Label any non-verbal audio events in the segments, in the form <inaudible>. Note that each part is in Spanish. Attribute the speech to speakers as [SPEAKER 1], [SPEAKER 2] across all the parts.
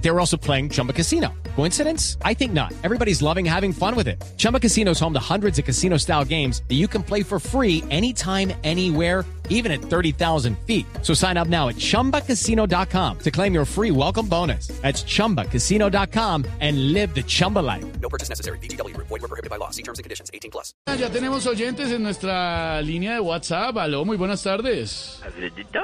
[SPEAKER 1] They were also playing Chumba Casino. Coincidence? I think not. Everybody's loving having fun with it. Chumba Casino is home to hundreds of casino style games that you can play for free anytime, anywhere even at 30,000 feet. So sign up now at ChumbaCasino.com to claim your free welcome bonus. That's ChumbaCasino.com and live the Chumba life.
[SPEAKER 2] No purchase necessary. BGW. Void were prohibited by law. See terms and conditions. 18 plus.
[SPEAKER 3] Ah, Ya tenemos oyentes en nuestra línea de WhatsApp. Aló, muy buenas tardes.
[SPEAKER 4] ¿Alfredito?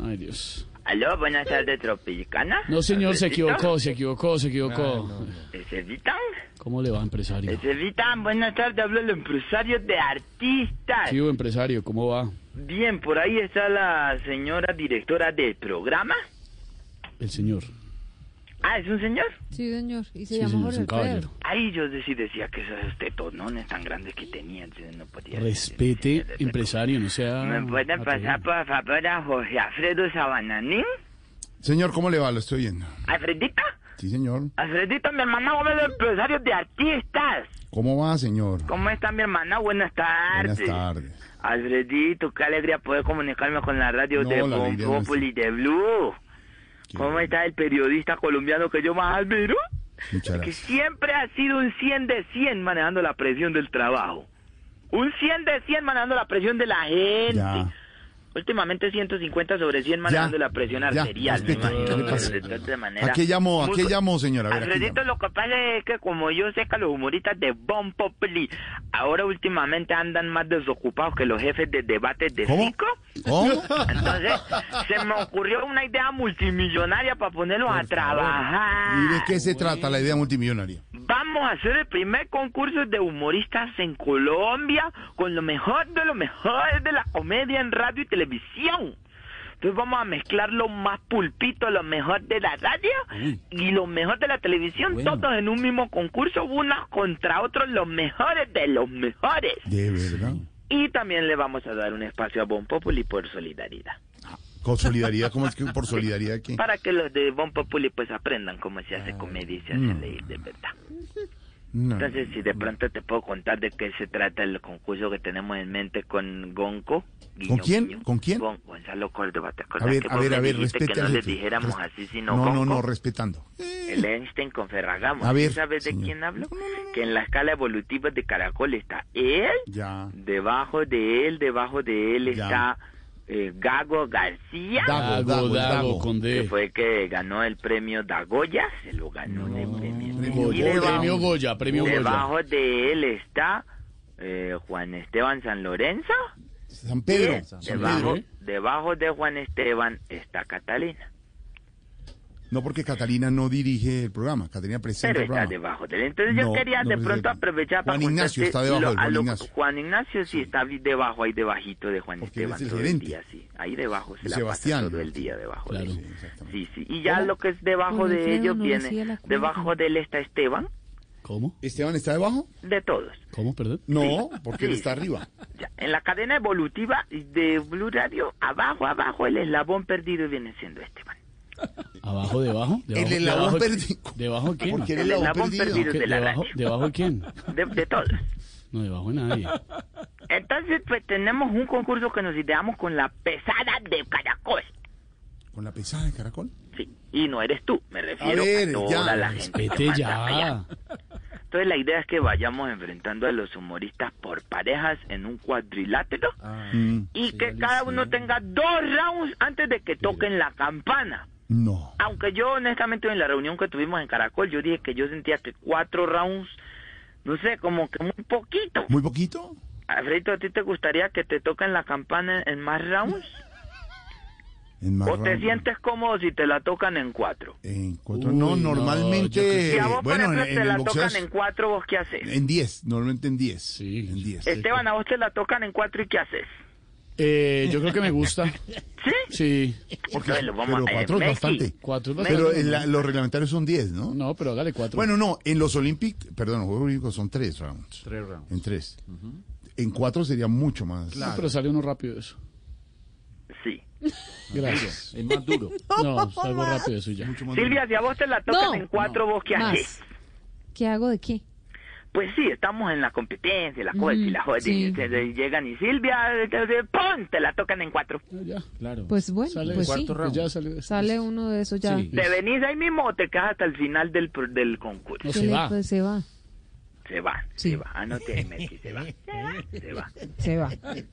[SPEAKER 3] Ay, Dios.
[SPEAKER 4] Aló, buenas tardes, Tropicana.
[SPEAKER 3] No, señor, se
[SPEAKER 4] ¿Alfredito?
[SPEAKER 3] equivocó, se equivocó, se equivocó.
[SPEAKER 5] Ah,
[SPEAKER 4] ¿Es Evitan?
[SPEAKER 3] ¿Cómo le va, empresario?
[SPEAKER 4] ¿Es Evitan? Buenas tardes, hablo el empresario de artistas.
[SPEAKER 3] Sí, empresario, ¿cómo va?
[SPEAKER 4] Bien, por ahí está la señora directora del programa.
[SPEAKER 3] El señor.
[SPEAKER 4] Ah, ¿es un señor?
[SPEAKER 6] Sí, señor. Y se
[SPEAKER 3] Sí,
[SPEAKER 6] llama
[SPEAKER 3] señor, es
[SPEAKER 6] Jorge
[SPEAKER 3] un caballero.
[SPEAKER 6] Alfredo.
[SPEAKER 4] Ay, yo de- sí decía que esos estetonones tan grandes que tenían, entonces no podía...
[SPEAKER 3] Respete, empresario, no sea...
[SPEAKER 4] ¿Me pueden pasar, por favor, a Jorge Alfredo Sabananín?
[SPEAKER 5] Señor, ¿cómo le va? Lo estoy oyendo.
[SPEAKER 4] ¿Alfredito?
[SPEAKER 5] Sí, señor.
[SPEAKER 4] Alfredito, mi hermana, hablo el empresario de artistas.
[SPEAKER 5] ¿Cómo va, señor?
[SPEAKER 4] ¿Cómo está mi hermana? Buenas
[SPEAKER 5] Buenas
[SPEAKER 4] tardes.
[SPEAKER 5] tardes.
[SPEAKER 4] Alfredito, qué alegría poder comunicarme con la radio
[SPEAKER 5] No,
[SPEAKER 4] de
[SPEAKER 5] la
[SPEAKER 4] Bon
[SPEAKER 5] alegría no
[SPEAKER 4] Populi de Blue. ¿Cómo está el periodista colombiano que yo más admiro?
[SPEAKER 5] Muchas
[SPEAKER 4] Que
[SPEAKER 5] gracias.
[SPEAKER 4] siempre ha sido un 100 de 100 manejando la presión del trabajo. Un 100 de 100 manejando la presión de la gente.
[SPEAKER 5] Ya.
[SPEAKER 4] Últimamente 150 sobre 100 manejando la presión
[SPEAKER 5] ya,
[SPEAKER 4] arterial. me
[SPEAKER 5] respete,
[SPEAKER 4] imagino,
[SPEAKER 5] ¿qué le
[SPEAKER 4] pero
[SPEAKER 5] pasa?
[SPEAKER 4] de todas maneras,
[SPEAKER 5] ¿A qué llamó? ¿A
[SPEAKER 4] muy
[SPEAKER 5] qué
[SPEAKER 4] co-
[SPEAKER 5] llamó, señor? A ver, ¿a qué
[SPEAKER 4] Alfredito,
[SPEAKER 5] llamó?
[SPEAKER 4] lo que pasa es que como yo sé que los humoristas de Bon Populi ahora últimamente andan más desocupados que los jefes de debates de
[SPEAKER 5] ¿Cómo?
[SPEAKER 4] cinco, <laughs>
[SPEAKER 5] ¿Cómo?
[SPEAKER 4] entonces se me ocurrió una idea multimillonaria para ponerlos a
[SPEAKER 5] ¿Y de
[SPEAKER 4] trabajar.
[SPEAKER 5] qué se trata la idea multimillonaria?
[SPEAKER 4] Vamos a hacer el primer concurso de humoristas en Colombia con lo mejor de lo mejor de la comedia en radio y televisión. Entonces vamos a mezclar lo más pulpito, lo mejor de la radio y lo mejor de la televisión, todos en un mismo concurso, unos contra otros, los mejores de los mejores.
[SPEAKER 5] De verdad.
[SPEAKER 4] Y también le vamos a dar un espacio a Bon Populi por solidaridad.
[SPEAKER 5] ¿Con solidaridad? ¿Cómo es que por solidaridad qué?
[SPEAKER 4] Para que los de Bon Populi pues aprendan cómo se hace comedia y se hace leer de verdad.
[SPEAKER 5] No.
[SPEAKER 4] Entonces, si de
[SPEAKER 5] Mm.
[SPEAKER 4] pronto te puedo contar de qué se trata el concurso que tenemos en mente con Gonco.
[SPEAKER 5] ¿Con quién? ¿Con quién?
[SPEAKER 4] Con Gonzalo Córdoba. ¿Te
[SPEAKER 5] A
[SPEAKER 4] acuerdas
[SPEAKER 5] ver,
[SPEAKER 4] que
[SPEAKER 5] a
[SPEAKER 4] vos
[SPEAKER 5] ver,
[SPEAKER 4] me
[SPEAKER 5] a ver,
[SPEAKER 4] dijiste
[SPEAKER 5] respete
[SPEAKER 4] que no
[SPEAKER 5] al
[SPEAKER 4] le
[SPEAKER 5] jefe.
[SPEAKER 4] dijéramos
[SPEAKER 5] Res-
[SPEAKER 4] así, sino
[SPEAKER 5] No, no,
[SPEAKER 4] Gonco?
[SPEAKER 5] no, respetando. Eh,
[SPEAKER 4] El Einstein con Ferragamo.
[SPEAKER 5] A
[SPEAKER 4] ¿Sí
[SPEAKER 5] ver,
[SPEAKER 4] ¿Sabes de
[SPEAKER 5] señor.
[SPEAKER 4] quién hablo? Que en la escala evolutiva de Caracol está él,
[SPEAKER 5] Ya.
[SPEAKER 4] debajo de él, debajo de él
[SPEAKER 5] Ya.
[SPEAKER 4] está eh, Gago García.
[SPEAKER 5] Dago,
[SPEAKER 3] Dago,
[SPEAKER 5] Dago,
[SPEAKER 3] Dago,
[SPEAKER 5] Dago.
[SPEAKER 3] con
[SPEAKER 4] que
[SPEAKER 3] D.
[SPEAKER 4] fue que ganó el premio Dagoya, se lo ganó de premio. Y
[SPEAKER 3] Goya,
[SPEAKER 4] debajo-
[SPEAKER 3] premio Goya, premio Goya.
[SPEAKER 4] Debajo de él está eh, Juan Esteban San Lorenzo.
[SPEAKER 5] San Pedro.
[SPEAKER 4] Sí,
[SPEAKER 5] San
[SPEAKER 4] debajo,
[SPEAKER 5] Pedro.
[SPEAKER 3] ¿eh?
[SPEAKER 4] debajo de Juan Esteban está Catalina.
[SPEAKER 5] No porque Catalina no dirige el programa. Catalina presenta
[SPEAKER 4] Pero
[SPEAKER 5] el
[SPEAKER 4] está
[SPEAKER 5] programa.
[SPEAKER 4] debajo de él. Entonces yo
[SPEAKER 5] No,
[SPEAKER 4] quería
[SPEAKER 5] no
[SPEAKER 4] de
[SPEAKER 5] presenta.
[SPEAKER 4] pronto aprovechar para
[SPEAKER 5] Juan Ignacio
[SPEAKER 4] contarte
[SPEAKER 5] está debajo de Juan
[SPEAKER 4] a
[SPEAKER 5] Ignacio.
[SPEAKER 4] Juan Ignacio sí está ahí debajo, ahí debajito de Juan
[SPEAKER 5] Porque él
[SPEAKER 4] Esteban
[SPEAKER 5] es el
[SPEAKER 4] todo
[SPEAKER 5] gerente.
[SPEAKER 4] el día, sí. Ahí debajo se
[SPEAKER 5] Y
[SPEAKER 4] la
[SPEAKER 5] Sebastián.
[SPEAKER 4] pasa todo el día debajo de
[SPEAKER 3] Claro.
[SPEAKER 4] él.
[SPEAKER 5] Sí, exactamente.
[SPEAKER 4] Sí, sí. Y ya
[SPEAKER 5] ¿Cómo?
[SPEAKER 4] lo que es debajo
[SPEAKER 6] Juan
[SPEAKER 4] de
[SPEAKER 6] Alfredo
[SPEAKER 4] ellos
[SPEAKER 6] no hacía
[SPEAKER 4] viene,
[SPEAKER 6] la cuenta.
[SPEAKER 4] debajo de él está Esteban,
[SPEAKER 3] ¿Cómo?
[SPEAKER 5] ¿Esteban está debajo?
[SPEAKER 4] de todos.
[SPEAKER 3] ¿Cómo, perdón?
[SPEAKER 5] No, porque él está arriba.
[SPEAKER 4] Ya, en la cadena evolutiva de Blue Radio, abajo, abajo, el eslabón perdido viene siendo este, Esteban.
[SPEAKER 3] ¿Abajo, debajo?
[SPEAKER 5] El
[SPEAKER 3] debajo
[SPEAKER 5] eslabón
[SPEAKER 3] debajo-
[SPEAKER 5] perdido.
[SPEAKER 3] ¿Debajo de quién?
[SPEAKER 5] Porque él
[SPEAKER 4] El
[SPEAKER 5] la
[SPEAKER 4] eslabón perdido.
[SPEAKER 3] ¿Qué-
[SPEAKER 4] de la
[SPEAKER 3] debajo,
[SPEAKER 4] radio.
[SPEAKER 3] ¿Debajo de quién?
[SPEAKER 4] De, de todos.
[SPEAKER 3] No, debajo de nadie.
[SPEAKER 4] Entonces, pues tenemos un concurso que nos ideamos con la pesada de Caracol.
[SPEAKER 5] ¿Con la pesada de caracol?
[SPEAKER 4] Sí, y no eres tú, me refiero a,
[SPEAKER 5] ver,
[SPEAKER 4] toda
[SPEAKER 5] ya,
[SPEAKER 4] la gente. que
[SPEAKER 3] Vete
[SPEAKER 4] manda allá.
[SPEAKER 3] ya.
[SPEAKER 4] Entonces, la idea es que vayamos enfrentando a los humoristas por parejas en un cuadrilátero
[SPEAKER 5] Mm,
[SPEAKER 4] y que cada uno tenga dos rounds antes de que toquen la campana.
[SPEAKER 5] No.
[SPEAKER 4] Aunque yo honestamente en la reunión que tuvimos en Caracol, yo dije que yo sentía que cuatro rounds, no sé, como que muy poquito.
[SPEAKER 5] ¿Muy poquito?
[SPEAKER 4] Alfredito, ¿a ti te gustaría que te toquen la campana en más rounds?
[SPEAKER 5] En
[SPEAKER 4] ¿O te
[SPEAKER 5] Marrón.
[SPEAKER 4] sientes cómodo si te la tocan en cuatro?
[SPEAKER 5] En cuatro.
[SPEAKER 3] Uy,
[SPEAKER 5] no,
[SPEAKER 3] no, yo creo-
[SPEAKER 5] normalmente.
[SPEAKER 4] Si a vos,
[SPEAKER 5] bueno,
[SPEAKER 4] por
[SPEAKER 5] en,
[SPEAKER 4] ejemplo,
[SPEAKER 5] en
[SPEAKER 4] te la
[SPEAKER 5] el boxeo.
[SPEAKER 4] tocan en cuatro, ¿vos qué haces?
[SPEAKER 5] En 10, normalmente en 10.
[SPEAKER 3] Sí.
[SPEAKER 5] En 10.
[SPEAKER 4] Esteban, a vos te la tocan en cuatro, ¿y qué haces?
[SPEAKER 3] Eh, yo creo que me gusta.
[SPEAKER 4] ¿Sí?
[SPEAKER 3] Sí.
[SPEAKER 4] Porque lo vamos
[SPEAKER 5] pero
[SPEAKER 4] a- eh,
[SPEAKER 5] cuatro es
[SPEAKER 4] Messi.
[SPEAKER 5] bastante.
[SPEAKER 3] Cuatro es
[SPEAKER 5] Pero
[SPEAKER 3] bastante.
[SPEAKER 5] en la- los reglamentarios son 10, ¿no?
[SPEAKER 3] No, pero hágale cuatro.
[SPEAKER 5] Bueno, no, en los Olympics, perdón, los Juegos Olímpicos son 3 rounds. 3 rounds. En 3. En 4 sería mucho más.
[SPEAKER 3] No, pero sale uno rápido eso.
[SPEAKER 4] Sí.
[SPEAKER 3] Gracias. Es más duro. <laughs> No, salgo rápido eso y ya.
[SPEAKER 5] Mucho más
[SPEAKER 4] Silvia, si a vos te la tocan
[SPEAKER 6] No,
[SPEAKER 4] en cuatro, ¿vos qué
[SPEAKER 6] Más.
[SPEAKER 4] haces?
[SPEAKER 6] ¿Qué hago de qué?
[SPEAKER 4] Pues sí, estamos en la competencia, la cosa, y la joder,
[SPEAKER 6] sí.
[SPEAKER 4] y te- te llegan y Silvia, te- te- ¡pum! te la tocan en cuatro.
[SPEAKER 3] Ya,
[SPEAKER 7] Claro.
[SPEAKER 6] Pues bueno,
[SPEAKER 3] sale
[SPEAKER 6] pues sí.
[SPEAKER 7] cuarto round.
[SPEAKER 3] ya sale,
[SPEAKER 6] Sale uno de esos ya.
[SPEAKER 7] Sí.
[SPEAKER 4] ¿Te venís ahí mismo o te quedas hasta el final del, pro- del concurso?
[SPEAKER 3] No
[SPEAKER 6] ¿Qué
[SPEAKER 3] se
[SPEAKER 6] le-
[SPEAKER 3] va.
[SPEAKER 6] pues se va,
[SPEAKER 4] Se va,
[SPEAKER 6] Sí.
[SPEAKER 4] se va. Ah, no te metí, se va, se va, se va,
[SPEAKER 6] se va.
[SPEAKER 4] sí,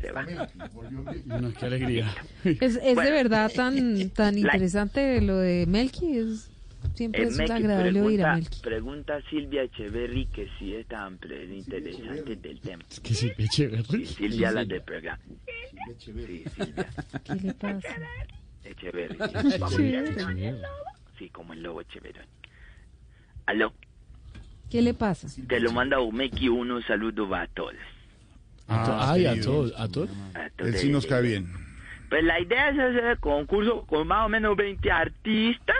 [SPEAKER 4] se va. Eh,
[SPEAKER 3] No, qué alegría.
[SPEAKER 6] Es, es de
[SPEAKER 4] Bueno. eh,
[SPEAKER 6] verdad tan, tan
[SPEAKER 4] La-
[SPEAKER 6] interesante lo de Melqui. Es, siempre
[SPEAKER 4] Eh,
[SPEAKER 7] Pues,
[SPEAKER 6] es
[SPEAKER 4] Melqui,
[SPEAKER 6] agradable oír a
[SPEAKER 4] pregunta,
[SPEAKER 6] Melqui.
[SPEAKER 4] pregunta a Silvia Echeverry que si es tan pre- interesante del tema.
[SPEAKER 3] Es que sí, qué chévere.
[SPEAKER 4] Silvia, la del programa. Sí, Silvia
[SPEAKER 6] ¿Qué le pasa?
[SPEAKER 4] Echeverry. sí, vamos a mirar. Sí, como el lobo Echeverry. Aló,
[SPEAKER 6] ¿Qué le pasa?
[SPEAKER 4] te lo manda Umeki uno un saludo a todos.
[SPEAKER 3] A to-
[SPEAKER 5] Ah,
[SPEAKER 3] Ay, a
[SPEAKER 5] querido.
[SPEAKER 3] todos, a todos.
[SPEAKER 4] A todos.
[SPEAKER 5] Él sí nos cae bien.
[SPEAKER 4] Pues la idea es hacer el concurso con más o menos 20 artistas,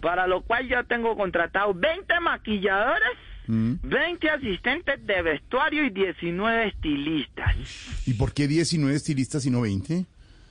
[SPEAKER 4] para lo cual yo tengo contratado 20 maquilladoras,
[SPEAKER 5] ¿Mm?
[SPEAKER 4] 20 asistentes de vestuario y 19 estilistas.
[SPEAKER 5] ¿Y por qué 19 estilistas y no 20?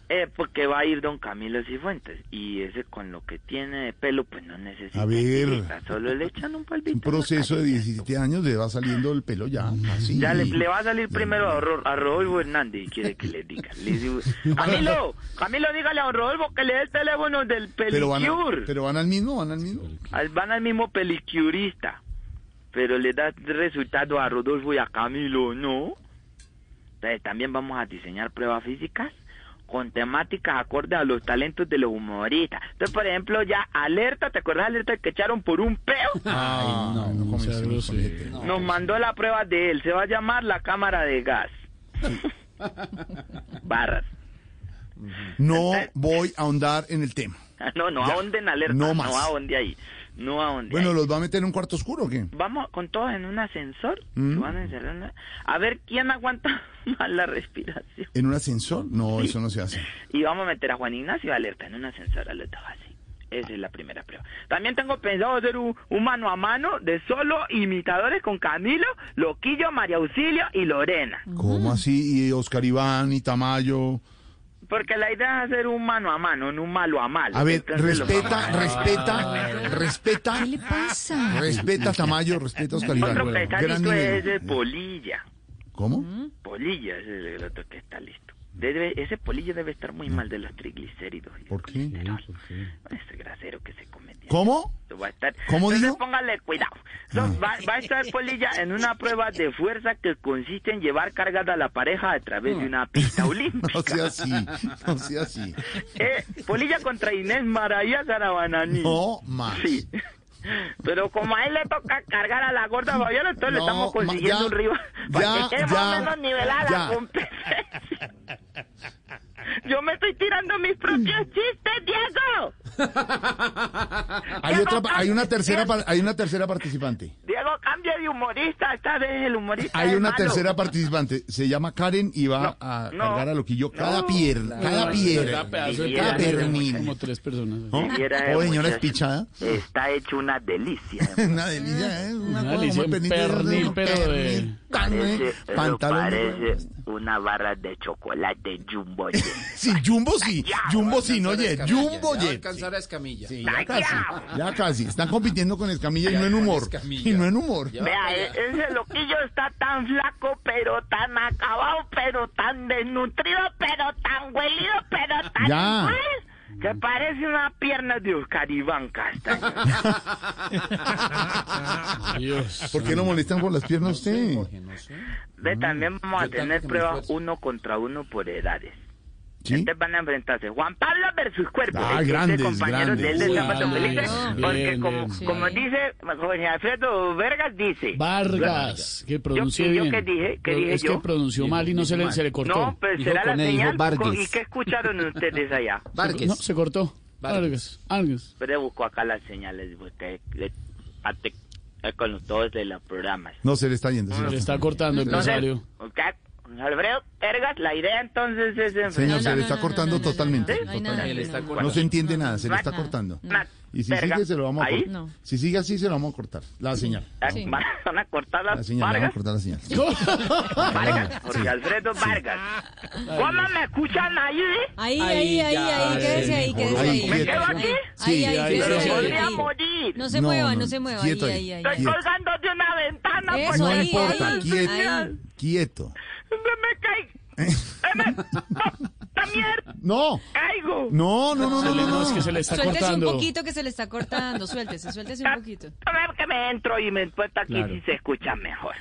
[SPEAKER 4] Eh, porque va a ir don Camilo Cifuentes y ese con lo que tiene de pelo pues no necesita
[SPEAKER 5] A ver.
[SPEAKER 4] estilista, solo le echan un palpito.
[SPEAKER 5] Un proceso de 17 años le va saliendo el pelo ya. Así.
[SPEAKER 4] Ya le, le va a salir primero a, Ro- a Rodolfo Hernández y quiere que le diga. Le
[SPEAKER 5] <laughs>
[SPEAKER 4] digo, Camilo, Camilo, dígale a don Rodolfo que le dé el teléfono del
[SPEAKER 5] Pero van,
[SPEAKER 4] Pelicure.
[SPEAKER 5] a- pero van al mismo, van al mismo.
[SPEAKER 4] Al- Van al mismo pelicurista, pero le da resultado a Rodolfo y a Camilo, ¿no? Entonces, también vamos a diseñar pruebas físicas con temáticas acorde a los talentos de los humoristas. Entonces, por ejemplo, ya alerta, ¿te acuerdas de alerta que echaron por un
[SPEAKER 5] <laughs>
[SPEAKER 4] peo?
[SPEAKER 5] Ah, Ay, no, no comencemos con
[SPEAKER 3] grosero.
[SPEAKER 5] este.
[SPEAKER 4] Nos mandó la prueba de él, se va a llamar la cámara de
[SPEAKER 5] <laughs>
[SPEAKER 4] gas. Barras. <laughs>
[SPEAKER 5] No voy a ahondar en el tema.
[SPEAKER 4] No, no ahonden alerta,
[SPEAKER 5] no
[SPEAKER 4] no,
[SPEAKER 5] más.
[SPEAKER 4] ahonde ahí, no ahonde
[SPEAKER 5] Bueno,
[SPEAKER 4] ahí.
[SPEAKER 5] ¿los va a meter en un cuarto oscuro o qué?
[SPEAKER 4] Vamos con todos en un ascensor.
[SPEAKER 5] Mm.
[SPEAKER 4] se van a encerrar en la- A ver quién aguanta <laughs> más la respiración.
[SPEAKER 5] ¿En un ascensor? No, eso no se hace.
[SPEAKER 4] Y vamos a meter a Juan Ignacio Alerta en un ascensor alerta así. Esa es la primera prueba. También tengo pensado hacer un, un mano a mano de solo imitadores con Camilo, Loquillo, María Auxilio y Lorena.
[SPEAKER 5] ¿Cómo así? Y Oscar Iván y Tamayo.
[SPEAKER 4] Porque la idea es hacer un mano a mano, no un malo a malo.
[SPEAKER 5] A ver,
[SPEAKER 4] Entonces, los
[SPEAKER 5] respeta,
[SPEAKER 4] vamos a- Ah,
[SPEAKER 5] respeta, respeta.
[SPEAKER 7] ¿Qué le pasa?
[SPEAKER 5] Respeta a Tamayo, respeta a Oscar
[SPEAKER 4] Otro
[SPEAKER 5] Iván.
[SPEAKER 4] que está
[SPEAKER 5] Gran
[SPEAKER 4] listo es
[SPEAKER 5] nivel.
[SPEAKER 4] de Polilla.
[SPEAKER 5] ¿Cómo?
[SPEAKER 4] Polilla es el otro que está listo. Debe- ese polilla debe estar muy mal de los triglicéridos. y
[SPEAKER 5] ¿Por qué?
[SPEAKER 4] colesterol. Ese grasero que se cometió.
[SPEAKER 5] ¿Cómo? <laughs>
[SPEAKER 4] Va a estar...
[SPEAKER 5] ¿Cómo
[SPEAKER 4] Entonces,
[SPEAKER 5] dijo? Ah.
[SPEAKER 4] póngale cuidado. So, va, va a estar polilla en una prueba de fuerza que consiste en llevar cargada a la pareja a través de una
[SPEAKER 5] <laughs>
[SPEAKER 4] pista
[SPEAKER 5] Ah. No
[SPEAKER 4] olímpica.
[SPEAKER 5] sea así, no sea así.
[SPEAKER 4] Eh, polilla contra Inés Maraya Sarabanani.
[SPEAKER 5] No más.
[SPEAKER 4] Sí. <laughs> Pero como a él le toca cargar a la gorda Fabiola, entonces le
[SPEAKER 5] No,
[SPEAKER 4] estamos
[SPEAKER 5] ma-
[SPEAKER 4] consiguiendo
[SPEAKER 5] ya,
[SPEAKER 4] un rival.
[SPEAKER 5] ya,
[SPEAKER 4] Para que quede más
[SPEAKER 5] ya,
[SPEAKER 4] o menos nivelada
[SPEAKER 5] ya.
[SPEAKER 4] la competencia. Yo me estoy tirando mis propios chistes, Diego.
[SPEAKER 5] Hay otra, hay una tercera, par- hay una tercera participante.
[SPEAKER 4] Diego, cambia de humorista. Esta vez el humorista.
[SPEAKER 5] Hay
[SPEAKER 4] es
[SPEAKER 5] una
[SPEAKER 4] malo.
[SPEAKER 5] tercera participante. Se llama Karen y va
[SPEAKER 4] No,
[SPEAKER 5] a
[SPEAKER 4] no,
[SPEAKER 5] cargar a Loquillo cada
[SPEAKER 4] no.
[SPEAKER 5] pierna, cada pierna,
[SPEAKER 3] Da pedazo de
[SPEAKER 5] cada
[SPEAKER 4] piedra.
[SPEAKER 5] pernil.
[SPEAKER 3] Como tres personas.
[SPEAKER 5] ¿No?
[SPEAKER 4] Era de
[SPEAKER 5] Oh,
[SPEAKER 4] muchacho.
[SPEAKER 5] señora espichada. <laughs>
[SPEAKER 4] Está hecho una delicia.
[SPEAKER 5] Una delicia, ¿eh? Una,
[SPEAKER 3] Una
[SPEAKER 5] cosa
[SPEAKER 3] delicia,
[SPEAKER 5] como el
[SPEAKER 3] un
[SPEAKER 5] pernil,
[SPEAKER 3] pernil,
[SPEAKER 5] un
[SPEAKER 3] pero de-
[SPEAKER 5] pernil, <laughs> tan,
[SPEAKER 4] Parece,
[SPEAKER 5] ¿eh? Pantalón.
[SPEAKER 4] parece una barra de chocolate
[SPEAKER 5] <laughs>
[SPEAKER 4] jumbo.
[SPEAKER 5] Sí, Jumbo sí, Jumbo sí, no Jet, Jumbo
[SPEAKER 7] ya va a
[SPEAKER 5] Jet.
[SPEAKER 7] alcanzar a Escamilla.
[SPEAKER 5] Sí, ya casi, ya casi. Están compitiendo con Escamilla y no en
[SPEAKER 7] con
[SPEAKER 5] humor.
[SPEAKER 7] Escamilla.
[SPEAKER 5] Y no en humor.
[SPEAKER 7] Ya va
[SPEAKER 4] Vea,
[SPEAKER 7] para allá.
[SPEAKER 4] e- ese loquillo está tan flaco, pero tan acabado, pero tan desnutrido, pero tan huelido, pero tan
[SPEAKER 5] Ya.
[SPEAKER 4] mal, que parece una pierna de Oscar Iván Castaño.
[SPEAKER 5] <laughs>
[SPEAKER 3] Dios.
[SPEAKER 5] Ah, ¿Por qué lo molestan por las piernas a usted?
[SPEAKER 4] Ve, también vamos a
[SPEAKER 7] Yo tanto
[SPEAKER 4] tener
[SPEAKER 7] que me
[SPEAKER 4] pruebas
[SPEAKER 7] esfuerzo.
[SPEAKER 4] uno contra uno por edades.
[SPEAKER 5] ¿Sí?
[SPEAKER 4] Entonces van a enfrentarse Juan Pablo versus Cuerpo.
[SPEAKER 5] Ah,
[SPEAKER 4] el que es
[SPEAKER 5] grandes,
[SPEAKER 4] compañero de él
[SPEAKER 5] grandes.
[SPEAKER 4] de
[SPEAKER 3] Uy,
[SPEAKER 4] Sábado Feliz,
[SPEAKER 3] bien,
[SPEAKER 4] Porque
[SPEAKER 3] bien.
[SPEAKER 4] como,
[SPEAKER 3] Sí.
[SPEAKER 4] como dice Jorge Alfredo Vergas, dice...
[SPEAKER 3] Vargas, que pronuncie
[SPEAKER 4] Yo- yo
[SPEAKER 3] bien.
[SPEAKER 4] qué dije, qué
[SPEAKER 3] Pero
[SPEAKER 4] dije
[SPEAKER 3] es
[SPEAKER 4] yo.
[SPEAKER 3] que pronunció mal y no se le, se le cortó.
[SPEAKER 4] No, pero
[SPEAKER 7] Dijo
[SPEAKER 4] será la
[SPEAKER 7] con E, dijo
[SPEAKER 4] señal.
[SPEAKER 7] Vargas.
[SPEAKER 4] ¿Y qué
[SPEAKER 7] <laughs>
[SPEAKER 4] escucharon ustedes allá?
[SPEAKER 7] Vargas.
[SPEAKER 3] No, se cortó. Vargas.
[SPEAKER 7] Vargas.
[SPEAKER 3] Vargas.
[SPEAKER 4] Pero busco acá las señales de usted, de- ate- eh, con todos de los programas.
[SPEAKER 5] No, se le está yendo. se le
[SPEAKER 3] Se
[SPEAKER 5] está
[SPEAKER 3] está cortando,
[SPEAKER 4] Entonces,
[SPEAKER 3] empresario.
[SPEAKER 4] usted Alfredo Ergas, la idea entonces es...
[SPEAKER 5] Señor, se le está
[SPEAKER 7] no,
[SPEAKER 5] cortando
[SPEAKER 7] no, no, no,
[SPEAKER 5] totalmente.
[SPEAKER 7] no, no, no, no,
[SPEAKER 5] totalmente.
[SPEAKER 7] no, no,
[SPEAKER 4] está
[SPEAKER 7] no,
[SPEAKER 5] No se entiende nada, se le está
[SPEAKER 4] no,
[SPEAKER 5] cortando.
[SPEAKER 4] Una
[SPEAKER 5] Y si
[SPEAKER 4] verga.
[SPEAKER 5] sigue, se lo vamos a
[SPEAKER 4] Ahí,
[SPEAKER 5] cortar.
[SPEAKER 7] No.
[SPEAKER 5] Si sigue así, se lo vamos a cortar. La señal.
[SPEAKER 4] ah,
[SPEAKER 7] Sí.
[SPEAKER 4] van van a cortar
[SPEAKER 5] La
[SPEAKER 4] las
[SPEAKER 5] señal, le vamos a
[SPEAKER 4] Vargas,
[SPEAKER 5] cortar
[SPEAKER 4] <laughs>
[SPEAKER 5] la señal.
[SPEAKER 4] Vargas, Jorge Alfredo Vargas. ¿Cómo me escuchan ahí?
[SPEAKER 7] Ahí,
[SPEAKER 8] Ahí,
[SPEAKER 7] ahí, ahí,
[SPEAKER 8] ya,
[SPEAKER 7] ahí, quédese ahí, quédese
[SPEAKER 5] Ahí,
[SPEAKER 7] ahí.
[SPEAKER 4] ¿Me quedo
[SPEAKER 5] quieto.
[SPEAKER 4] aquí?
[SPEAKER 7] Ahí,
[SPEAKER 5] Sí,
[SPEAKER 7] ahí,
[SPEAKER 4] Pero
[SPEAKER 7] quédese ahí.
[SPEAKER 4] podría morir.
[SPEAKER 7] No se
[SPEAKER 5] No,
[SPEAKER 7] mueva,
[SPEAKER 5] no,
[SPEAKER 7] no se mueva. Ahí,
[SPEAKER 5] quieto
[SPEAKER 7] ahí,
[SPEAKER 5] ahí.
[SPEAKER 7] ahí.
[SPEAKER 4] Estoy
[SPEAKER 5] Quieto.
[SPEAKER 4] colgando de una ventana pues,
[SPEAKER 7] Eso,
[SPEAKER 4] por
[SPEAKER 5] No
[SPEAKER 7] ahí,
[SPEAKER 5] importa,
[SPEAKER 7] ahí,
[SPEAKER 5] quieto.
[SPEAKER 7] ahí.
[SPEAKER 5] Quieto.
[SPEAKER 4] Se me caí. Se me... ¡Esta mierda!
[SPEAKER 5] Eh. No,
[SPEAKER 4] ¡Caigo!
[SPEAKER 5] no, no, no, no.
[SPEAKER 3] Le-
[SPEAKER 5] no,
[SPEAKER 3] no, es que
[SPEAKER 5] no.
[SPEAKER 3] se le está
[SPEAKER 7] Suéltese un
[SPEAKER 3] cortando.
[SPEAKER 7] poquito que se le está cortando. Suéltese, suéltese
[SPEAKER 4] Ah.
[SPEAKER 7] un poquito.
[SPEAKER 4] A ver que me entro y me encuentro aquí
[SPEAKER 3] Claro.
[SPEAKER 4] si se escucha mejor.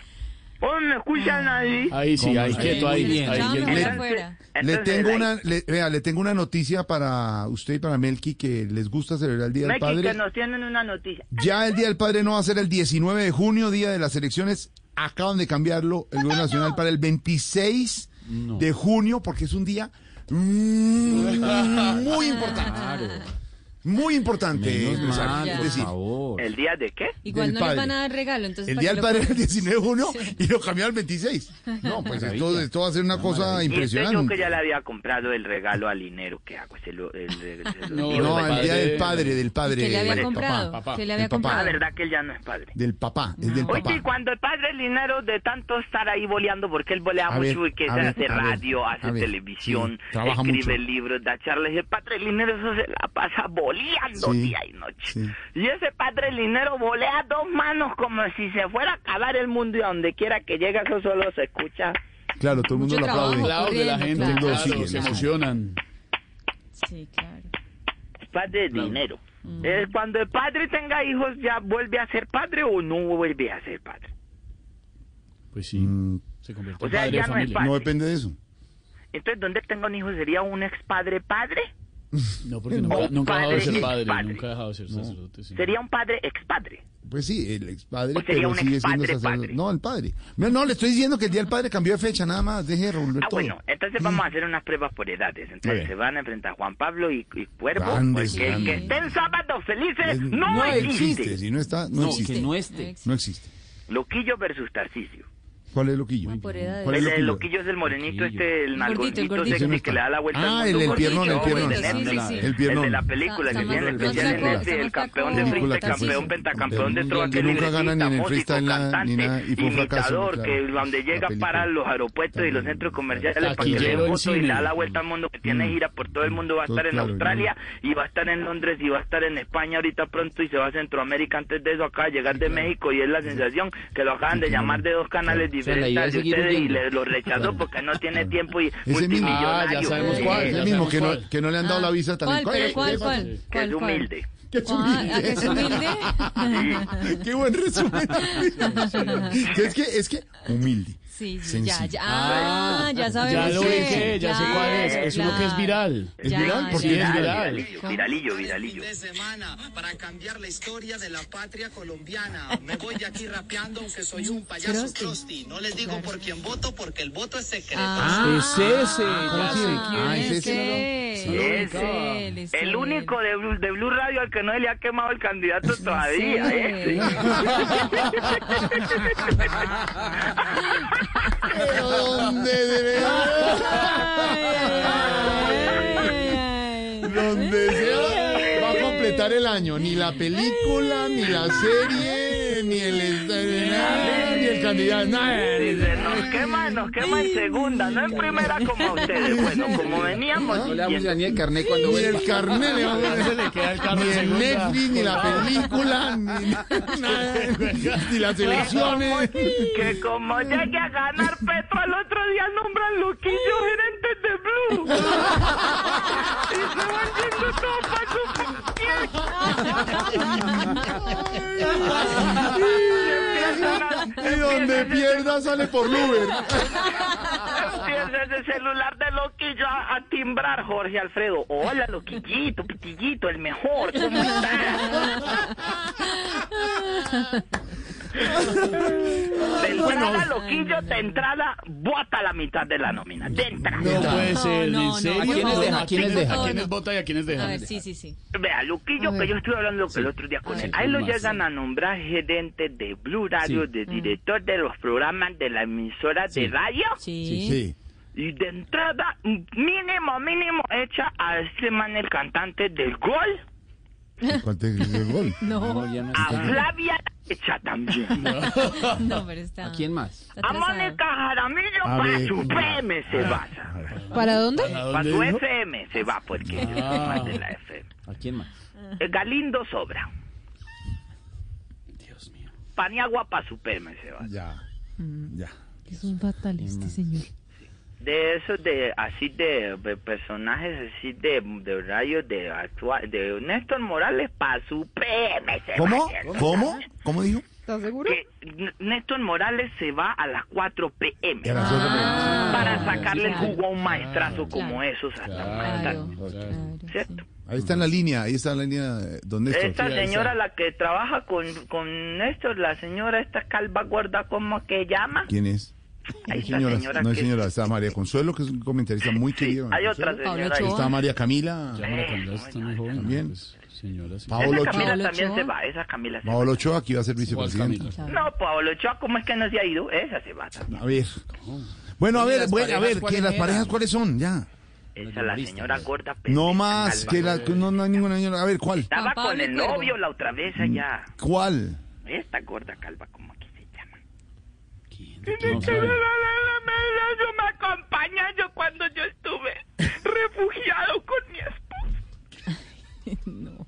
[SPEAKER 4] ¿Cómo me escuchan ahí?
[SPEAKER 3] Ahí sí,
[SPEAKER 5] ¿Cómo?
[SPEAKER 3] ahí,
[SPEAKER 5] Sí,
[SPEAKER 3] quieto,
[SPEAKER 7] muy
[SPEAKER 3] ahí.
[SPEAKER 7] bien.
[SPEAKER 3] ahí,
[SPEAKER 7] Ya,
[SPEAKER 3] quieto.
[SPEAKER 7] mejor.
[SPEAKER 3] Le-
[SPEAKER 7] Ah. afuera.
[SPEAKER 5] Ah, Le
[SPEAKER 4] entonces,
[SPEAKER 5] tengo
[SPEAKER 4] ahí.
[SPEAKER 5] una, le, vea, le tengo una noticia para usted y para Melqui que les gusta celebrar el Día del
[SPEAKER 4] Meki,
[SPEAKER 5] Padre.
[SPEAKER 4] que nos tienen una noticia.
[SPEAKER 5] Ya el Día del Padre no va a ser el 19 de junio, Día de las Elecciones. Acaban de cambiarlo el Gobierno Nacional para el 26 de junio porque es un día mm, muy importante. Muy importante.
[SPEAKER 7] Menos
[SPEAKER 5] empresario.
[SPEAKER 7] mal,
[SPEAKER 5] Eh, es
[SPEAKER 7] por
[SPEAKER 5] decir,
[SPEAKER 8] favor.
[SPEAKER 4] ¿El día de qué?
[SPEAKER 7] Igual
[SPEAKER 5] Del
[SPEAKER 7] no le van
[SPEAKER 5] padre.
[SPEAKER 7] a dar regalo, entonces. Pues
[SPEAKER 5] el
[SPEAKER 7] ¿para
[SPEAKER 5] Día
[SPEAKER 7] qué
[SPEAKER 5] del
[SPEAKER 7] lo
[SPEAKER 5] Padre es el
[SPEAKER 7] ponen?
[SPEAKER 5] 19 de junio y lo cambiaron al 26. No, pues esto, esto va a ser una cosa
[SPEAKER 4] Y este yo que
[SPEAKER 5] impresionante.
[SPEAKER 4] ya le había comprado el regalo al dinero. ¿Qué hago? Se lo, el,
[SPEAKER 5] <laughs>
[SPEAKER 4] el- se lo
[SPEAKER 3] No,
[SPEAKER 4] digo,
[SPEAKER 5] No,
[SPEAKER 4] ¿verdad?
[SPEAKER 5] el Día del Padre, del Padre.
[SPEAKER 7] Que le había
[SPEAKER 5] del
[SPEAKER 7] comprado.
[SPEAKER 5] papá.
[SPEAKER 7] Que le
[SPEAKER 5] El
[SPEAKER 7] había
[SPEAKER 5] papá.
[SPEAKER 4] La
[SPEAKER 7] comprado.
[SPEAKER 4] Ah, verdad que él ya no es padre.
[SPEAKER 5] Del papá, es del
[SPEAKER 4] Oye, y
[SPEAKER 5] papá.
[SPEAKER 4] cuando el padre el dinero de tanto estar ahí boleando, porque él bolea
[SPEAKER 5] A
[SPEAKER 4] mucho
[SPEAKER 5] ver,
[SPEAKER 4] y que
[SPEAKER 5] a
[SPEAKER 4] se
[SPEAKER 5] ver,
[SPEAKER 4] hace
[SPEAKER 5] a ver,
[SPEAKER 4] radio, hace
[SPEAKER 5] a ver,
[SPEAKER 4] televisión,
[SPEAKER 5] sí, trabaja
[SPEAKER 4] escribe
[SPEAKER 5] mucho.
[SPEAKER 4] libros, da charlas, y el padre el dinero eso se la pasa boleando
[SPEAKER 5] Sí,
[SPEAKER 4] día y noche.
[SPEAKER 5] sí.
[SPEAKER 4] Y ese padre el dinero bolea dos manos como si se fuera a acabar el mundo y a donde quiera que llega eso solo se escucha.
[SPEAKER 5] Claro, todo el mundo
[SPEAKER 7] Mucho
[SPEAKER 5] lo
[SPEAKER 7] trabajo.
[SPEAKER 5] aplaude.
[SPEAKER 3] Aplaude la gente,
[SPEAKER 7] Corriendo,
[SPEAKER 3] claro,
[SPEAKER 5] claro.
[SPEAKER 3] se emocionan.
[SPEAKER 7] Sí, claro.
[SPEAKER 4] Padre de dinero.
[SPEAKER 5] Mm.
[SPEAKER 4] Eh, cuando el padre tenga hijos, ¿ya vuelve a ser padre o no vuelve a ser padre?
[SPEAKER 3] Pues sí, se convirtió
[SPEAKER 4] O
[SPEAKER 3] en
[SPEAKER 4] sea,
[SPEAKER 3] padre de
[SPEAKER 4] ya no es
[SPEAKER 3] familia.
[SPEAKER 4] padre.
[SPEAKER 5] No depende de eso.
[SPEAKER 4] Entonces, ¿dónde tenga un hijo? ¿Sería un expadre padre?
[SPEAKER 3] No, porque nunca,
[SPEAKER 4] O
[SPEAKER 3] nunca ha dejado de
[SPEAKER 4] padre
[SPEAKER 3] ser
[SPEAKER 4] es
[SPEAKER 3] padre,
[SPEAKER 4] padre.
[SPEAKER 3] nunca ha dejado de ser sacerdote. sí.
[SPEAKER 4] ¿Sería un padre expadre?
[SPEAKER 5] Pues sí, el expadre,
[SPEAKER 4] O sería
[SPEAKER 5] pero
[SPEAKER 4] un
[SPEAKER 5] sigue siendo
[SPEAKER 4] expadre,
[SPEAKER 5] sacerdote.
[SPEAKER 4] padre.
[SPEAKER 5] No, el padre. No, no, le estoy diciendo que el día del padre cambió de fecha, nada más. Deje de revolver
[SPEAKER 4] Ah,
[SPEAKER 5] todo.
[SPEAKER 4] bueno, entonces vamos a hacer unas pruebas por edades.
[SPEAKER 5] Muy
[SPEAKER 4] Entonces
[SPEAKER 5] bien.
[SPEAKER 4] se van a enfrentar Juan Pablo y, y Cuervo.
[SPEAKER 5] Grandes,
[SPEAKER 4] porque el que
[SPEAKER 5] grandes.
[SPEAKER 4] estén sábados felices
[SPEAKER 5] Es-
[SPEAKER 4] no, existe.
[SPEAKER 5] Si no está, <laughs> no,
[SPEAKER 8] No,
[SPEAKER 5] existe.
[SPEAKER 8] que
[SPEAKER 5] no...
[SPEAKER 8] no esté.
[SPEAKER 7] Ex-
[SPEAKER 5] existe.
[SPEAKER 4] Loquillo versus Tarcisio.
[SPEAKER 5] ¿Cuál es Loquillo?
[SPEAKER 7] Ah, por edades.
[SPEAKER 5] ¿Cuál es
[SPEAKER 4] El, el
[SPEAKER 5] Loquillo?
[SPEAKER 4] loquillo es el morenito, este, el
[SPEAKER 7] gordito, el
[SPEAKER 4] nalgoncito
[SPEAKER 7] gordito.
[SPEAKER 5] Ese no
[SPEAKER 4] sexy que
[SPEAKER 5] está.
[SPEAKER 4] le da la vuelta
[SPEAKER 5] Ah,
[SPEAKER 4] al
[SPEAKER 5] el,
[SPEAKER 4] mundo.
[SPEAKER 5] el
[SPEAKER 7] Gordillo,
[SPEAKER 5] piernón, el
[SPEAKER 7] hombre,
[SPEAKER 5] piernón.
[SPEAKER 7] sí, sí, sí.
[SPEAKER 5] El
[SPEAKER 4] El de
[SPEAKER 5] piernón.
[SPEAKER 4] la película
[SPEAKER 7] Está-
[SPEAKER 4] que
[SPEAKER 7] está
[SPEAKER 4] tiene
[SPEAKER 7] más-
[SPEAKER 4] especial en
[SPEAKER 7] está más
[SPEAKER 4] Netflix, el
[SPEAKER 7] flaco,
[SPEAKER 4] campeón
[SPEAKER 7] está
[SPEAKER 4] de
[SPEAKER 7] más
[SPEAKER 4] freestyle,
[SPEAKER 5] flaco.
[SPEAKER 4] campeón, pentacampeón de
[SPEAKER 5] Que
[SPEAKER 4] troa, que
[SPEAKER 5] nunca gana ni en el
[SPEAKER 4] libretista,
[SPEAKER 5] freestyle
[SPEAKER 4] músico,
[SPEAKER 5] la- ni
[SPEAKER 4] cantante,
[SPEAKER 5] nada, y fue un fracaso,
[SPEAKER 4] imitador, que
[SPEAKER 5] claro.
[SPEAKER 4] donde llega
[SPEAKER 5] La película.
[SPEAKER 4] para los aeropuertos y los centros comerciales para que le
[SPEAKER 3] Taquillero en
[SPEAKER 4] den fotos y le
[SPEAKER 3] cine.
[SPEAKER 4] da la vuelta al mundo, que tiene gira por todo el mundo, va a
[SPEAKER 5] Mm. Todo,
[SPEAKER 4] estar en
[SPEAKER 5] claro,
[SPEAKER 4] Australia y va a estar en Londres y va a estar en España ahorita pronto y se va a Centroamérica antes de eso, acaba de llegar de México y es la sensación que lo acaban de llamar de dos canales
[SPEAKER 8] sea, la
[SPEAKER 4] diferentes
[SPEAKER 8] idea
[SPEAKER 4] al
[SPEAKER 8] es
[SPEAKER 4] de
[SPEAKER 8] seguir
[SPEAKER 4] ustedes y
[SPEAKER 8] huyendo.
[SPEAKER 4] le lo rechazó porque no tiene tiempo y
[SPEAKER 5] Ese mismo.
[SPEAKER 3] Ah, ya
[SPEAKER 4] multimillonario.
[SPEAKER 3] sabemos
[SPEAKER 4] Sí,
[SPEAKER 3] cuál,
[SPEAKER 5] Es
[SPEAKER 3] ya
[SPEAKER 5] el mismo
[SPEAKER 3] sabemos
[SPEAKER 5] que no,
[SPEAKER 3] cuál.
[SPEAKER 5] que no le han dado la visa tan
[SPEAKER 7] Ah, ¿Cuál, pero cuál,
[SPEAKER 5] <laughs> ¿Cuál?
[SPEAKER 7] cuál?
[SPEAKER 4] Que es
[SPEAKER 7] ¿Cuál, cuál?
[SPEAKER 4] humilde.
[SPEAKER 5] Que es
[SPEAKER 7] Ah, ¿a que es
[SPEAKER 5] humilde.
[SPEAKER 7] humilde?
[SPEAKER 5] <laughs> Qué buen resumen.
[SPEAKER 7] <laughs>
[SPEAKER 5] Que es que es que humilde.
[SPEAKER 7] Sí, sí,
[SPEAKER 5] Sencillo.
[SPEAKER 7] ya, ya. Ah, ya sabemos.
[SPEAKER 3] Ya lo
[SPEAKER 7] qué.
[SPEAKER 3] dije, ya sé cuál es. Es uno que es
[SPEAKER 7] claro.
[SPEAKER 3] viral.
[SPEAKER 5] Es
[SPEAKER 7] Ya,
[SPEAKER 5] viral porque
[SPEAKER 3] ya.
[SPEAKER 5] es viral.
[SPEAKER 3] viral.
[SPEAKER 4] Viralillo, viralillo, viralillo.
[SPEAKER 9] de semana para cambiar la historia de la patria colombiana. Me voy de aquí rapeando aunque soy un payaso
[SPEAKER 7] Trosti.
[SPEAKER 9] trosti. No les digo por quién voto porque el voto es secreto.
[SPEAKER 7] Ah,
[SPEAKER 3] Es ese, ya sé
[SPEAKER 7] ah,
[SPEAKER 5] quién es.
[SPEAKER 7] es
[SPEAKER 5] Sí,
[SPEAKER 7] él, es él, es
[SPEAKER 4] El
[SPEAKER 7] él.
[SPEAKER 4] único de Blue, de Blue Radio al que no le ha quemado el candidato todavía. ¿eh?
[SPEAKER 7] <laughs> Sí.
[SPEAKER 5] Pero ¿dónde se
[SPEAKER 7] Ay, ay, ay.
[SPEAKER 5] donde sea va a completar el año. Ni la película, ni la serie, ni el ni el candidato. nada.
[SPEAKER 4] Dice, nos quema, nos quema en segunda, no en primera como a ustedes. Bueno, como veníamos
[SPEAKER 8] No
[SPEAKER 7] Ah,
[SPEAKER 8] le damos
[SPEAKER 4] diciendo.
[SPEAKER 8] ni el carnet cuando
[SPEAKER 5] Ni
[SPEAKER 8] vuelva.
[SPEAKER 5] el carnet le va a poner.
[SPEAKER 3] Se le queda el carro
[SPEAKER 5] Ni
[SPEAKER 3] en
[SPEAKER 5] el
[SPEAKER 3] segunda.
[SPEAKER 5] Netflix, ni la película, ni <laughs> nada. Ni las <laughs> elecciones.
[SPEAKER 4] Que como llegue a ganar Petro al otro día nombran loquillos gerentes de Blue. y se van yendo todos para su
[SPEAKER 5] Y donde pierda sale por Uber.
[SPEAKER 4] Empieza ese celular de loquillo a, a timbrar, Jorge Alfredo. Hola, loquillito, pitillito, el mejor. ¿Cómo estás? De entrada, loquillo, de entrada, bota la mitad de la nómina. De entrada.
[SPEAKER 3] No puede ser,
[SPEAKER 7] no,
[SPEAKER 3] ¿en
[SPEAKER 7] no,
[SPEAKER 3] serio?
[SPEAKER 7] ¿A quiénes
[SPEAKER 3] No,
[SPEAKER 8] deja?
[SPEAKER 3] no,
[SPEAKER 8] ¿A quiénes
[SPEAKER 3] no,
[SPEAKER 8] deja?
[SPEAKER 3] ¿A
[SPEAKER 7] No,
[SPEAKER 3] quiénes
[SPEAKER 7] no.
[SPEAKER 3] vota y a quiénes deja?
[SPEAKER 7] A ver, sí, sí, sí.
[SPEAKER 4] Vea, Luquillo, que yo estuve hablando el otro día con él. Ahí lo
[SPEAKER 8] con Marcel.
[SPEAKER 4] llegan a nombrar gerente de Blue Radio,
[SPEAKER 8] Sí.
[SPEAKER 4] de director de los programas de la emisora de radio.
[SPEAKER 7] Sí.
[SPEAKER 4] Y de entrada, mínimo, mínimo, echa a este man el cantante del gol.
[SPEAKER 5] ¿Cuánto es el gol?
[SPEAKER 7] No,
[SPEAKER 8] ya no
[SPEAKER 4] A
[SPEAKER 8] está.
[SPEAKER 4] Flavia echa también.
[SPEAKER 7] no, pero está.
[SPEAKER 8] ¿A quién más?
[SPEAKER 7] está
[SPEAKER 4] A
[SPEAKER 7] atrasado.
[SPEAKER 4] Mónica Jaramillo
[SPEAKER 5] A
[SPEAKER 4] para
[SPEAKER 5] ver.
[SPEAKER 4] su PM se basa.
[SPEAKER 6] ¿Para dónde?
[SPEAKER 3] ¿A dónde
[SPEAKER 4] Para su
[SPEAKER 3] dijo?
[SPEAKER 4] FM se va porque es más de la FM.
[SPEAKER 8] ¿A quién más?
[SPEAKER 4] Eh, Galindo sobra.
[SPEAKER 8] Dios mío.
[SPEAKER 4] Paniagua para su PM se va.
[SPEAKER 5] Ya,
[SPEAKER 3] Mm.
[SPEAKER 5] ya.
[SPEAKER 6] Es un fatal este señor.
[SPEAKER 4] De esos de así de, de personajes así de, de radio de actual de Néstor Morales para su PM se
[SPEAKER 5] ¿Cómo?
[SPEAKER 4] va.
[SPEAKER 5] ¿Cómo? ¿Cómo dijo?
[SPEAKER 6] ¿Estás seguro?
[SPEAKER 4] Que N- Néstor Morales se va a las 4 PM
[SPEAKER 5] Era solo-
[SPEAKER 3] Ah.
[SPEAKER 4] para sacarle el
[SPEAKER 7] Ah, claro. Ah,
[SPEAKER 4] jugo a un maestrazo como
[SPEAKER 7] Claro.
[SPEAKER 4] esos hasta
[SPEAKER 7] Claro,
[SPEAKER 4] matar,
[SPEAKER 7] claro,
[SPEAKER 4] ¿Cierto?
[SPEAKER 5] Ahí está en la línea, ahí está en la línea, eh, don Néstor.
[SPEAKER 4] Esta
[SPEAKER 3] sí, ahí
[SPEAKER 4] señora,
[SPEAKER 3] está.
[SPEAKER 4] la que trabaja con, con Néstor, la señora esta calva gorda, ¿cómo que llama?
[SPEAKER 5] ¿Quién es?
[SPEAKER 4] Hay
[SPEAKER 5] No, señora, no hay
[SPEAKER 4] que-
[SPEAKER 5] señora, está María Consuelo, que es un comentarista muy querido.
[SPEAKER 4] Hay
[SPEAKER 5] María
[SPEAKER 4] otra
[SPEAKER 5] Consuelo.
[SPEAKER 7] Pablo
[SPEAKER 4] señora. ahí.
[SPEAKER 7] Ochoa.
[SPEAKER 5] Está María Camila,
[SPEAKER 3] Ya, Mara Camila está muy joven. ¿no?
[SPEAKER 5] Bien.
[SPEAKER 3] Pues, Señora, sí.
[SPEAKER 5] Paolo
[SPEAKER 4] Esa
[SPEAKER 5] Ochoa.
[SPEAKER 4] Camila
[SPEAKER 7] Ochoa.
[SPEAKER 4] también se
[SPEAKER 7] Ochoa.
[SPEAKER 4] va, esa Camila se va.
[SPEAKER 5] Paolo Ochoa, que iba a ser
[SPEAKER 3] ¿Cuál
[SPEAKER 5] vicepresidente.
[SPEAKER 3] Camila?
[SPEAKER 7] claro.
[SPEAKER 4] No, Paolo Ochoa, ¿cómo es que no se ha ido? Esa se va también.
[SPEAKER 5] A ver. Bueno, a
[SPEAKER 8] ¿Y
[SPEAKER 5] ver,
[SPEAKER 8] las
[SPEAKER 5] bueno, a
[SPEAKER 8] parejas
[SPEAKER 5] ver, que las
[SPEAKER 8] cuáles eran?
[SPEAKER 5] parejas cuáles son, ya.
[SPEAKER 4] Esa la señora gorda.
[SPEAKER 5] No
[SPEAKER 4] pendeja,
[SPEAKER 5] más,
[SPEAKER 4] calva.
[SPEAKER 5] que la, que no, Mm. no hay ninguna señora. A ver, ¿cuál?
[SPEAKER 4] Estaba
[SPEAKER 7] Juan Pablo
[SPEAKER 4] con el
[SPEAKER 7] Cuervo.
[SPEAKER 4] novio la otra vez allá.
[SPEAKER 5] ¿Cuál?
[SPEAKER 4] Esta gorda calva, ¿cómo que se llama?
[SPEAKER 8] No sabe.
[SPEAKER 4] Yo me acompaña yo cuando yo estuve refugiado con mi esposo.
[SPEAKER 7] No.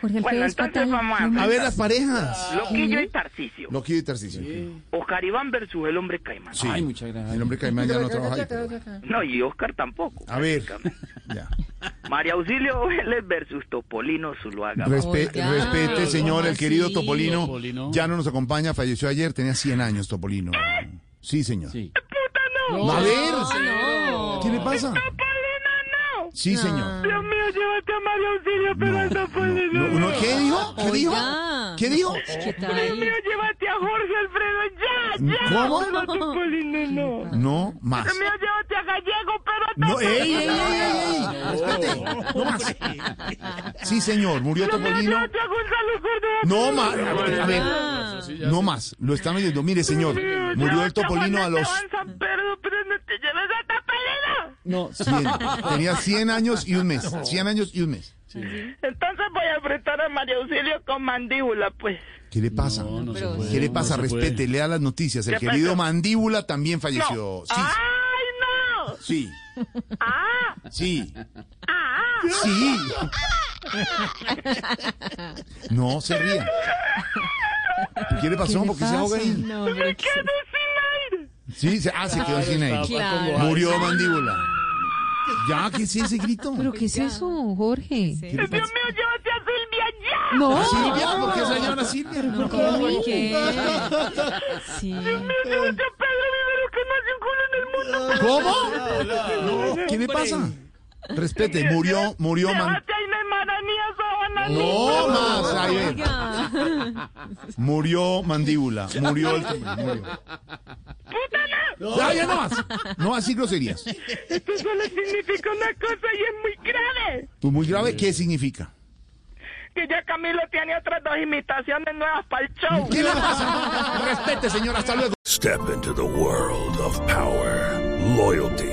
[SPEAKER 7] Jorge Alfredo
[SPEAKER 4] Bueno,
[SPEAKER 7] es
[SPEAKER 4] entonces
[SPEAKER 7] fatal.
[SPEAKER 4] vamos a-
[SPEAKER 7] No,
[SPEAKER 5] A ver, las parejas.
[SPEAKER 4] Loquillo y Tarcicio.
[SPEAKER 5] Loquillo y Tarcísio.
[SPEAKER 4] Oscar Iván versus el hombre caimán.
[SPEAKER 5] Sí.
[SPEAKER 8] Ay, muchas gracias.
[SPEAKER 5] El hombre Caimán ya no trabaja ahí. pero bueno.
[SPEAKER 4] No, y Oscar tampoco.
[SPEAKER 5] A ver, ya.
[SPEAKER 4] María Auxilio Vélez versus Topolino Zuluaga.
[SPEAKER 5] Respe-
[SPEAKER 7] Oiga,
[SPEAKER 5] respete,
[SPEAKER 7] ¿cómo
[SPEAKER 5] señor, el
[SPEAKER 7] así?
[SPEAKER 5] querido Topolino.
[SPEAKER 3] Topolino.
[SPEAKER 5] Ya no nos acompaña, falleció ayer, tenía 100 años Topolino. Sí, señor.
[SPEAKER 8] Sí.
[SPEAKER 5] A ver,
[SPEAKER 7] no.
[SPEAKER 5] ¿qué le pasa?
[SPEAKER 4] ¡Topolino,
[SPEAKER 5] Sí, señor.
[SPEAKER 4] no! Dios mío, llévate a María Auxilio, pero a Topolino.
[SPEAKER 5] No, no, ¿Qué dijo? ¿Qué dijo?
[SPEAKER 7] Oiga.
[SPEAKER 5] ¿Qué dijo?
[SPEAKER 7] ¿Qué tal?
[SPEAKER 4] llévate a Jorge Alfredo, ya,
[SPEAKER 5] Mm. ¿Cómo?
[SPEAKER 4] a Topolino, no.
[SPEAKER 5] No más.
[SPEAKER 4] llévate a Gallego, pero
[SPEAKER 5] No, ey, ey, ey, ey, ey. Respete. No más. Sí, señor, murió Topolino.
[SPEAKER 4] a Gonzalo Córdoba.
[SPEAKER 5] No más. A ver, a ver,
[SPEAKER 7] Ah,
[SPEAKER 5] no más. Lo están oyendo. Mire, señor, murió el Topolino a los
[SPEAKER 4] San Pedro, pero no te lleves a Topolino.
[SPEAKER 5] 100. Tenía 100 años y un mes. 100 años y un mes.
[SPEAKER 4] Entonces voy a enfrentar a María Auxilio con mandíbula, pues.
[SPEAKER 5] ¿Qué le pasa?
[SPEAKER 3] no se puede,
[SPEAKER 5] ¿Qué le pasa?
[SPEAKER 3] no se puede.
[SPEAKER 5] Respete, lea las noticias. El
[SPEAKER 4] ¿Qué
[SPEAKER 5] querido
[SPEAKER 4] pasó?
[SPEAKER 5] Mandíbula también falleció. Sí,
[SPEAKER 4] ¡Ay, no!
[SPEAKER 5] sí,
[SPEAKER 4] ¡Ah!
[SPEAKER 5] sí,
[SPEAKER 4] ¡Ah!
[SPEAKER 5] sí. No se ría. ¿Qué le pasó?
[SPEAKER 6] ¿Qué le
[SPEAKER 5] ¿Por qué se ahoga
[SPEAKER 6] pasa?
[SPEAKER 5] ahí?
[SPEAKER 7] No, pero qué-
[SPEAKER 5] Sí, se, ah, se quedó sin aire.
[SPEAKER 7] Claro.
[SPEAKER 5] Murió Mandíbula. Ya, ¿qué es ese grito?
[SPEAKER 6] ¿Pero qué es eso, Jorge?
[SPEAKER 5] ¿Qué le pasa?
[SPEAKER 4] mío, llévate a Silvia ya!
[SPEAKER 6] No.
[SPEAKER 5] Silvia, ¿por qué se llama Silvia?
[SPEAKER 7] No comunique. Sí.
[SPEAKER 4] ¡Llévate a Pedro Vivero que no circula en el mundo!
[SPEAKER 5] ¿Cómo? No, ¿Qué le pasa? Respete, murió, murió Mandíbula.
[SPEAKER 4] ¡Llévate a Inés Maranía Sabana!
[SPEAKER 5] No más, ahí ven.
[SPEAKER 7] Oiga.
[SPEAKER 5] Murió mandíbula, murió el murió. Ya, ya no más. No así groserías.
[SPEAKER 4] Esto solo significa una cosa y es muy grave.
[SPEAKER 5] Pues muy grave, ¿qué significa?
[SPEAKER 4] Que ya Camilo tiene otras dos imitaciones nuevas para el show.
[SPEAKER 5] ¿Qué le <laughs> pasa? Respete, señor, hasta luego.
[SPEAKER 10] Step into the world of power, loyalty,